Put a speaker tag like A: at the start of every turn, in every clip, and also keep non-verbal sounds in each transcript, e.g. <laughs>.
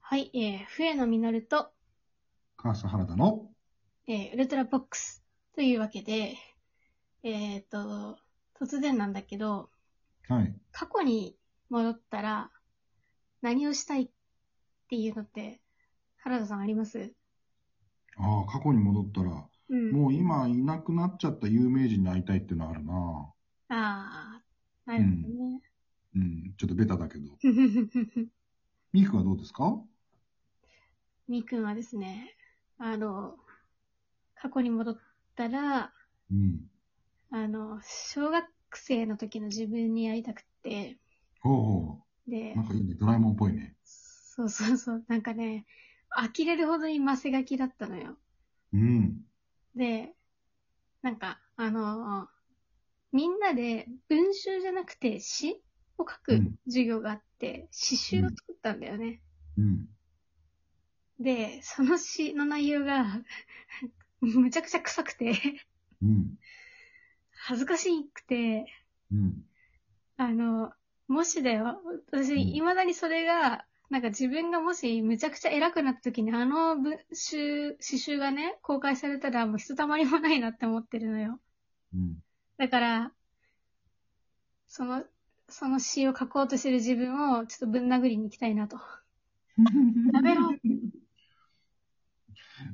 A: はい、えー、笛野実と、
B: 川下原田の、
A: えー、ウルトラボックスというわけで、えっ、と、突然なんだけど、
B: はい。
A: 過去に戻ったら何をしたいっていうのって、原田さんあります
B: ああ、過去に戻ったら、
A: うん。
B: もう今いなくなっちゃった有名人に会いたいっていうのはあるな
A: ああ、なるほどね。
B: うん、ちょっとベタだけど。
A: ふふふふふ
B: ミクはどうですか
A: <laughs> みーくんはですね、あの、過去に戻ったら、
B: うん。
A: あの、小学生の時の自分に会いたくって、
B: ほ
A: で
B: う、なんかいいね。ドラえもんっぽいね。
A: そうそうそう、なんかね、呆れるほどにマセガキだったのよ。
B: うん。
A: で、なんか、あの、みんなで文集じゃなくて詩を書
B: う
A: く
B: ん
A: 授業があって、詩集を作ったんだよね。
B: うん。
A: で、その詩の内容が、 <laughs> むちゃくちゃ臭くて、
B: うん。
A: 恥ずかしくて、
B: うん。
A: あの、もしだよ、
B: うん
A: 私、未だにそれが、なんか自分がもしむちゃくちゃ偉くなった時にあの文集、詩集がね、公開されたらもうひとたまりもないなって思ってるのよ。
B: うん。
A: だから、その、その詩を書こうとしてる自分をちょっとぶん殴りに行きたいなと。やめろ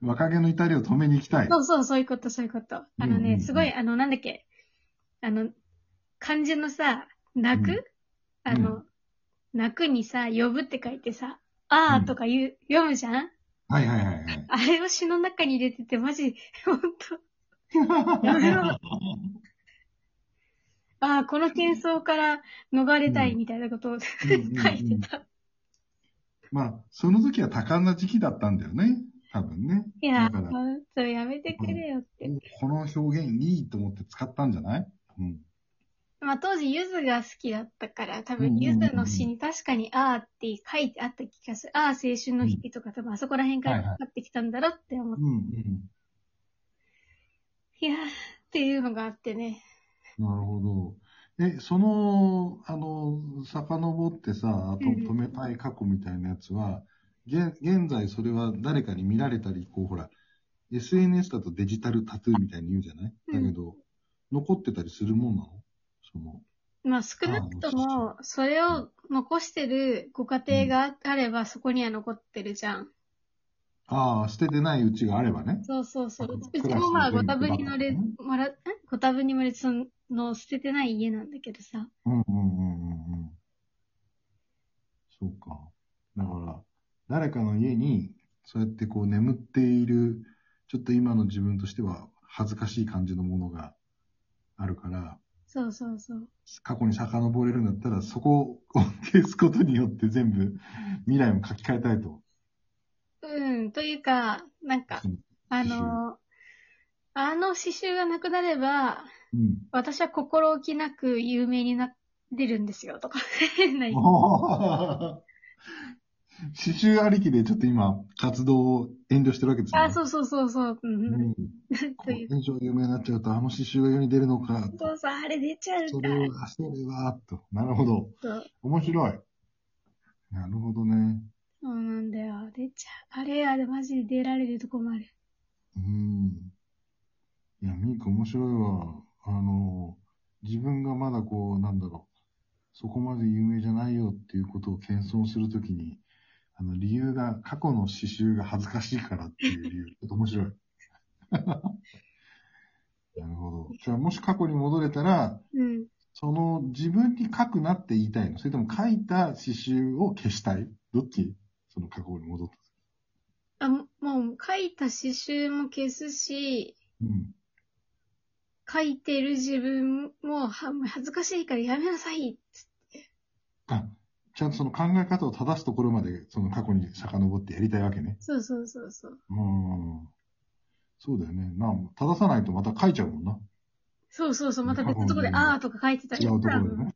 B: 若気の至りを止めに行きたい。
A: そうそう、そういうこと、そういうこと。あの
B: うんうんう
A: ね、
B: ん
A: すごい、あの、なんだっけ、あの、漢字のさ、泣
B: うん
A: くあの、泣くにさ、呼ぶって書いてさ、あ
B: う
A: ー
B: ん
A: とか言う、読むじゃん
B: はいはいはいはい。
A: あれを詩の中に入れてて、マジ、ほんと、やめろああ、この喧騒から逃れたいみたいなことを書いてた。
B: まあ、その時は多感な時期だったんだよね。多分ね。
A: いや
B: だか
A: ー、
B: ら
A: ほんとやめてくれよって。
B: この表現いいと思って使ったんじゃないうん。
A: まあ当時、ゆずが好きだったから、多
B: うん
A: 分
B: うんうん
A: ゆ
B: うん
A: ずの詩に確かにあーって書いてあった気がする。ああ、青春の日とか、多分あそこら辺から
B: はいは
A: か
B: い
A: かってきたんだろって思っ
B: う
A: て。
B: ん
A: いやー、っていうのがあってね。
B: うん。なるほど。え、その、あの、遡ってさ、と
A: うんうん
B: 止めたい過去みたいなやつは、現現在それは誰かに見られたり、こうほら、SNS だとデジタルタトゥーみたいに言うじゃないだけど、残ってたりするもんなのその、
A: まあ少なくとも、それを残してるご家庭があれば、そこには残ってるじゃん。
B: ああ、捨ててないうちがあればね。
A: そうそうそう。
B: あ
A: うちもまあ、
B: ク
A: ご
B: ラスの
A: 多分に
B: 全部
A: のれ
B: バカだね、
A: もら、んご多分にのれ、その、捨ててない家なんだけどさ。
B: うんうんうんうんうん。そうか。だから、誰かの家に、そうやってこう眠っている、ちょっと今の自分としては恥ずかしい感じのものがあるから、
A: そうそうそう。
B: 過去に遡れるんだったら、そこを消すことによって全部未来も書き換えたいと。
A: うん、というか、なんか
B: う、ん
A: あの、あの刺繍がなくなれば、
B: うん。 <laughs>
A: 私は心置きなく有名になれるんですよ、とか。 <laughs> 変な
B: おー刺繍ありきでちょっと今、活動を遠慮してるわけですね。
A: あ、そうそうそうそう。う、
B: うんん。こ
A: という。
B: れ以上有名になっちゃうと、あの刺繍が世に出るのか、
A: お父さん、あれ出ちゃうん
B: そ
A: だ。
B: れは、それは、と。なるほど。
A: そう。
B: 面白い。なるほどね。
A: そうなんだよ。出ちゃう。あれ、あれ、マジで出られると困る。
B: うん。いや、ミーク面白いわ。あの、自分がまだこう、なんだろう。そこまで有名じゃないよっていうことを謙遜するときに、あの、理由が、過去の刺繍が恥ずかしいからっていう理由。ちょっと面白い。 <laughs> なるほど。じゃあ、もし過去に戻れたら、
A: うん。
B: その自分に書くなって言いたいのそれとも書いた刺繍を消したいどっちその過去に戻った。
A: あ、ももう、書いた刺繍も消すし、
B: うん。
A: 書いてる自分も、は恥ずかしいからやめなさい。
B: あ、ちゃんとその考え方を正すところまで、その過去に遡ってやりたいわけね。
A: そうそうそうそう。
B: うん。そうだよね。な正さないとまた書いちゃうもんな。
A: そうそうそう。また別のとこで、
B: うん
A: あーとか書いてたり
B: 違うところでね。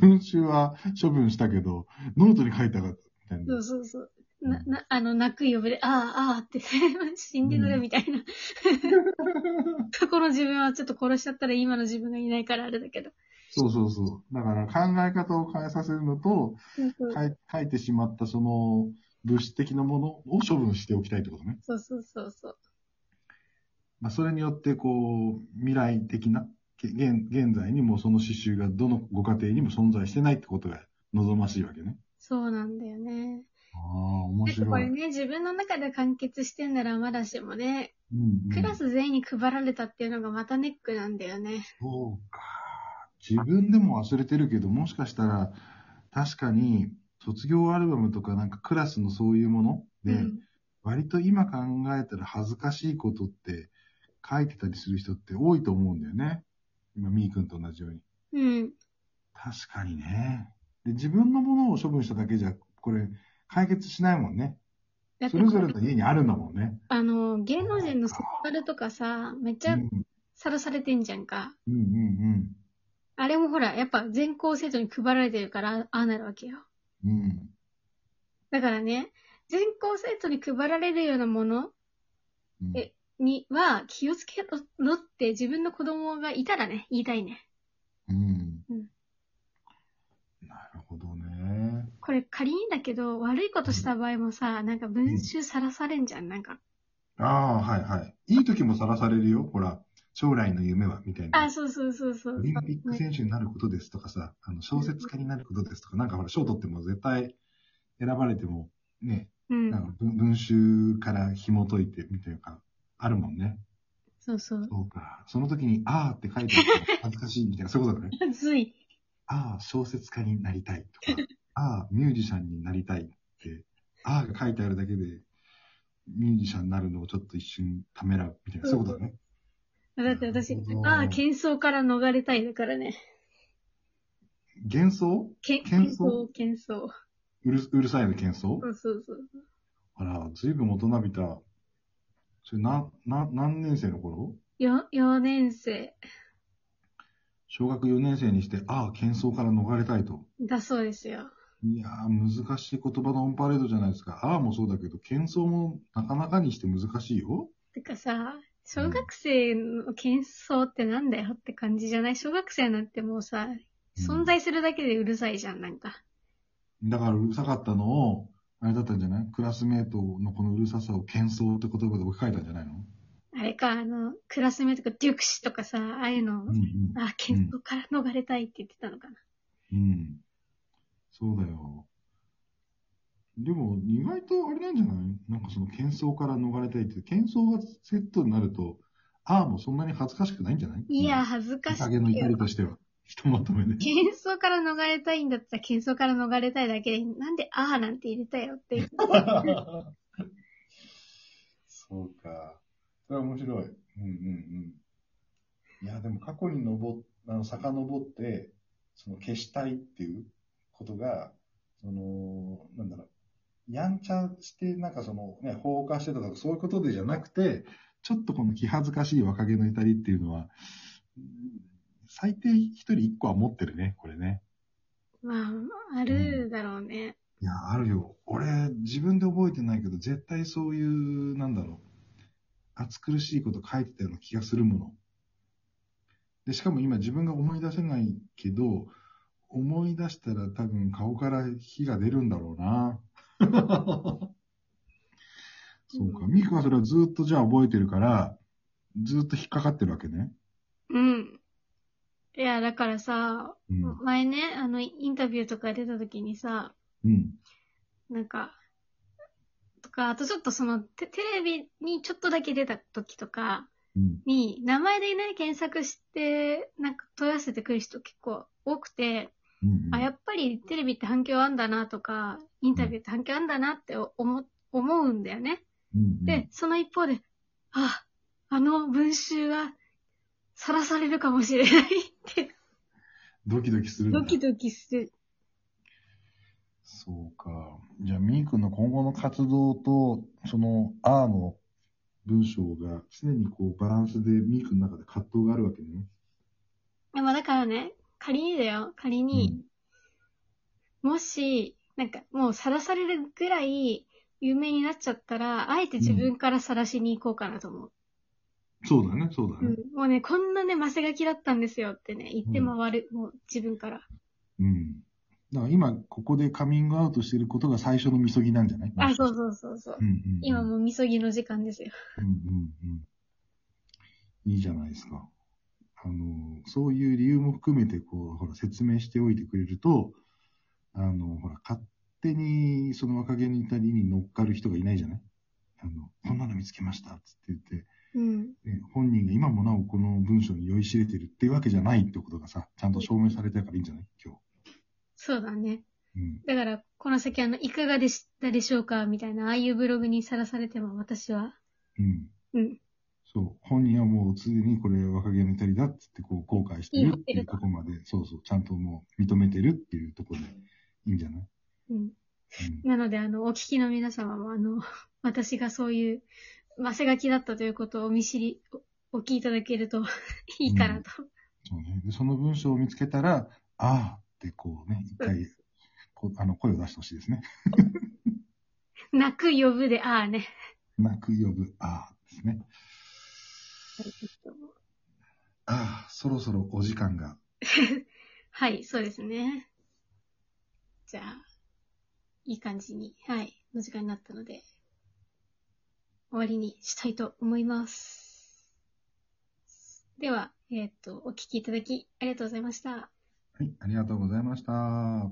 B: 文集は処分したけど、ノートに書いたかったみたい
A: そ
B: な
A: う。そうそう。な、な、あの、泣く呼ぶで、ああ、ああって、 <laughs> 死んでくれみたいな。
B: <laughs>
A: 過去の自分はちょっと殺しちゃったら今の自分がいないからあれだけど。
B: そうそうそう。だから考え方を変えさせるのと、
A: そうそう
B: 書い書いてしまったその物質的なものを処分しておきたいってことね。
A: そうそうそうそう。
B: まあ、それによって、こう、未来的な、け現現在にもその刺繍がどのご家庭にも存在してないってことが望ましいわけね。
A: そうなんだよね。
B: ああ、
A: なんか
B: 面
A: こ
B: 白い。
A: れね、自分の中で完結してんならまだしもね、
B: うんうん
A: クラス全員に配られたっていうのがまたネックなんだよね。
B: そうか。自分でも忘れてるけど、もしかしたら、確かに、卒業アルバムとかなんかクラスのそういうもので、
A: うん、
B: 割と今考えたら恥ずかしいことって書いてたりする人って多いと思うんだよね。今、みーくんと同じように。
A: うん。
B: 確かにね。で、自分のものを処分しただけじゃ、これ、解決しないもんね。
A: だっ
B: そ
A: て
B: れぞれの家にあるんだもんね。
A: あの、芸能人のセクハラとかさ、めっち
B: う
A: ゃ
B: ん、
A: さらされてんじゃんか。
B: うん、うん
A: あれもほら、やっぱ全校生徒に配られてるから、あああなるわけよ。
B: うん、うん。
A: だからね、全校生徒に配られるようなもの
B: うん。
A: えには気をつけろって自分の子供がいたらね、言いたいね。
B: うん
A: うん。
B: なるほどね。
A: これ仮にだけど、悪いことした場合もさ、なんか文集さらされんじゃん、なんか。
B: ああ、はいはい。いい時もさらされるよ。ほら、将来の夢は、みたいな。
A: あ、そうそうそうそう。
B: オリンピック選手になることですとかさ、あの小説家になることですとか、なんかほら、賞取っても絶対選ばれても、ね、
A: うん
B: な。んか文文集から紐解いてみたいなのがあるもんね。
A: そうそう。
B: そうか。その時に、あーって書いてあると恥ずかしいみたいな、そういうことだね。
A: ずい。
B: あー、小説家になりたいとか、あー、ミュージシャンになりたいって、あーが書いてあるだけで、ミュージシャンになるのをちょっと一瞬ためらうみたいな、そういうことだね。
A: だって私
B: なるほ、ど
A: ああ、喧騒から逃れたいだからね。
B: 幻想
A: け
B: 喧
A: 喧騒、
B: 騒
A: 喧騒。
B: うるうるさいの幻想
A: そうそうそう。
B: あら、ずいぶん大人びた。それ、な、な、何年生の頃
A: よ、4年生
B: 小学4年生にして、ああ、喧騒から逃れたいと。
A: だそうですよ。
B: いやー、難しい言葉のオンパレードじゃないですか。ああもそうだけど、喧騒もなかなかにして難しいよ。
A: てかさ、小学生の喧騒ってなんだよって感じじゃない小学生なんてもうさ、存在するだけでうるさいじゃん、なんか。
B: だから、うるさかったのを、あれだったんじゃないクラスメートのこのうるささを喧騒って言葉で置き換えたんじゃないの
A: あれか、あの、クラスメートとかデュクシとかさ、ああいうのを
B: うんうん。
A: ああ、喧騒から逃れたいって言ってたのかな。
B: うん。そうだよ。でも、意外とあれなんじゃないなんかその、喧騒から逃れたいって、喧騒がセットになると、ああ、もうそんなに恥ずかしくないんじゃない
A: いや、、恥ずかし
B: 宴の
A: い
B: 至
A: よ
B: り。としては、ひとまとめで。
A: 喧騒から逃れたいんだったら、喧騒から逃れたいだけで、なんで、ああなんて入れたよって <laughs> いう。
B: そうか。それは面白い。うんうんうん。いや、でも過去にのぼあの遡って、その消したいっていうことが、その、なんだろう、やんちゃして、なんかそのね、放火してたとかそういうことでじゃなくて、ちょっとこの気恥ずかしい若気の至りっていうのは、うん最低一人一個は持ってるね、これね。
A: まあ、あるだろうね。
B: いや、あるよ。俺、自分で覚えてないけど、絶対そういう、なんだろう。暑苦しいこと書いてたような気がするもの。で、しかも今自分が思い出せないけど、思い出したら多分顔から火が出るんだろう
A: <laughs>
B: な。そうか。ミクはそれをずっとじゃあ覚えてるから、ずっと引っかかってるわけね。
A: うん。いや、だからさ、
B: うん。
A: 前ね、あの、インタビューとか出た時にさ、
B: うん。
A: なんか、とか、あとちょっとその、テテレビにちょっとだけ出た時とか
B: うん。
A: に、名前でね、検索して、なんか問い合わせてくる人結構多くて、
B: うん。
A: あ、やっぱりテレビって反響あんだなとか、インタビューって反響あんだなって思、思うんだよね。
B: うん、
A: で、その一方で、あ、あの文集は、さらされるかもしれないって
B: ドキドキするんだ
A: ドキドキする。
B: そうか。じゃあ、みーくんの今後の活動と、その、あーの文章が常にこうバランスでみーくんの中で葛藤があるわけね。
A: でもだからね、仮にだよ、仮に、もし、なんかもうさらされるぐらい有名になっちゃったら、あえて自分からさらしに行こうかなと思う。
B: そうだね、そうだ
A: うん
B: ね。
A: もうね、こんなね、マセガキだったんですよってね、言って回る、もう自分から。
B: うん。だから今、ここでカミングアウトしてることが最初のみそぎなんじゃない
A: あ、そうそうそうそう。
B: うんうんうん、
A: 今もうみそぎの時間ですよ。
B: うんうんうん。いいじゃないですか。あの、そういう理由も含めて、こう、ほら、説明しておいてくれると、あの、ほら、勝手に、その若気の至りに乗っかる人がいないじゃないあの、こんなの見つけました、つって言って、
A: うん。
B: ね本人が今もなおこの文章に酔いしれてるっていうわけじゃないってことがさ、ちゃんと証明されたからいいんじゃない今
A: そうだね。
B: 日。うん。
A: だから、この先、あの、いかがでしたでしょうかみたいな、ああいうブログにさらされても、私は、
B: うん。
A: うん。
B: そう。本人はもうすでにこれ若気の至りだっつってこう後悔してるっていうところまで、そうそう、ちゃんともう認めてるっていうところでいいんじゃない
A: うん。
B: うん。
A: なので、あの、お聞きの皆様も、あの、 <laughs> 私がそういう、マセガキだったということをお見知り、おお聞きいただけると <laughs> いいかなと。
B: そうね。で、その文章を見つけたら、ああってこうね、一回、こうあの、声を出してほしいですね。
A: 泣く呼ぶで、ああね。 <laughs>
B: 泣く呼ぶ、ああですね。ああ、そろそろお時間が。
A: はい、そうですね。じゃあ、いい感じに、はい、の時間になったので、終わりにしたいと思います。では、えっ、と、お聞きいただき、ありがとうございました。
B: はい、ありがとうございました。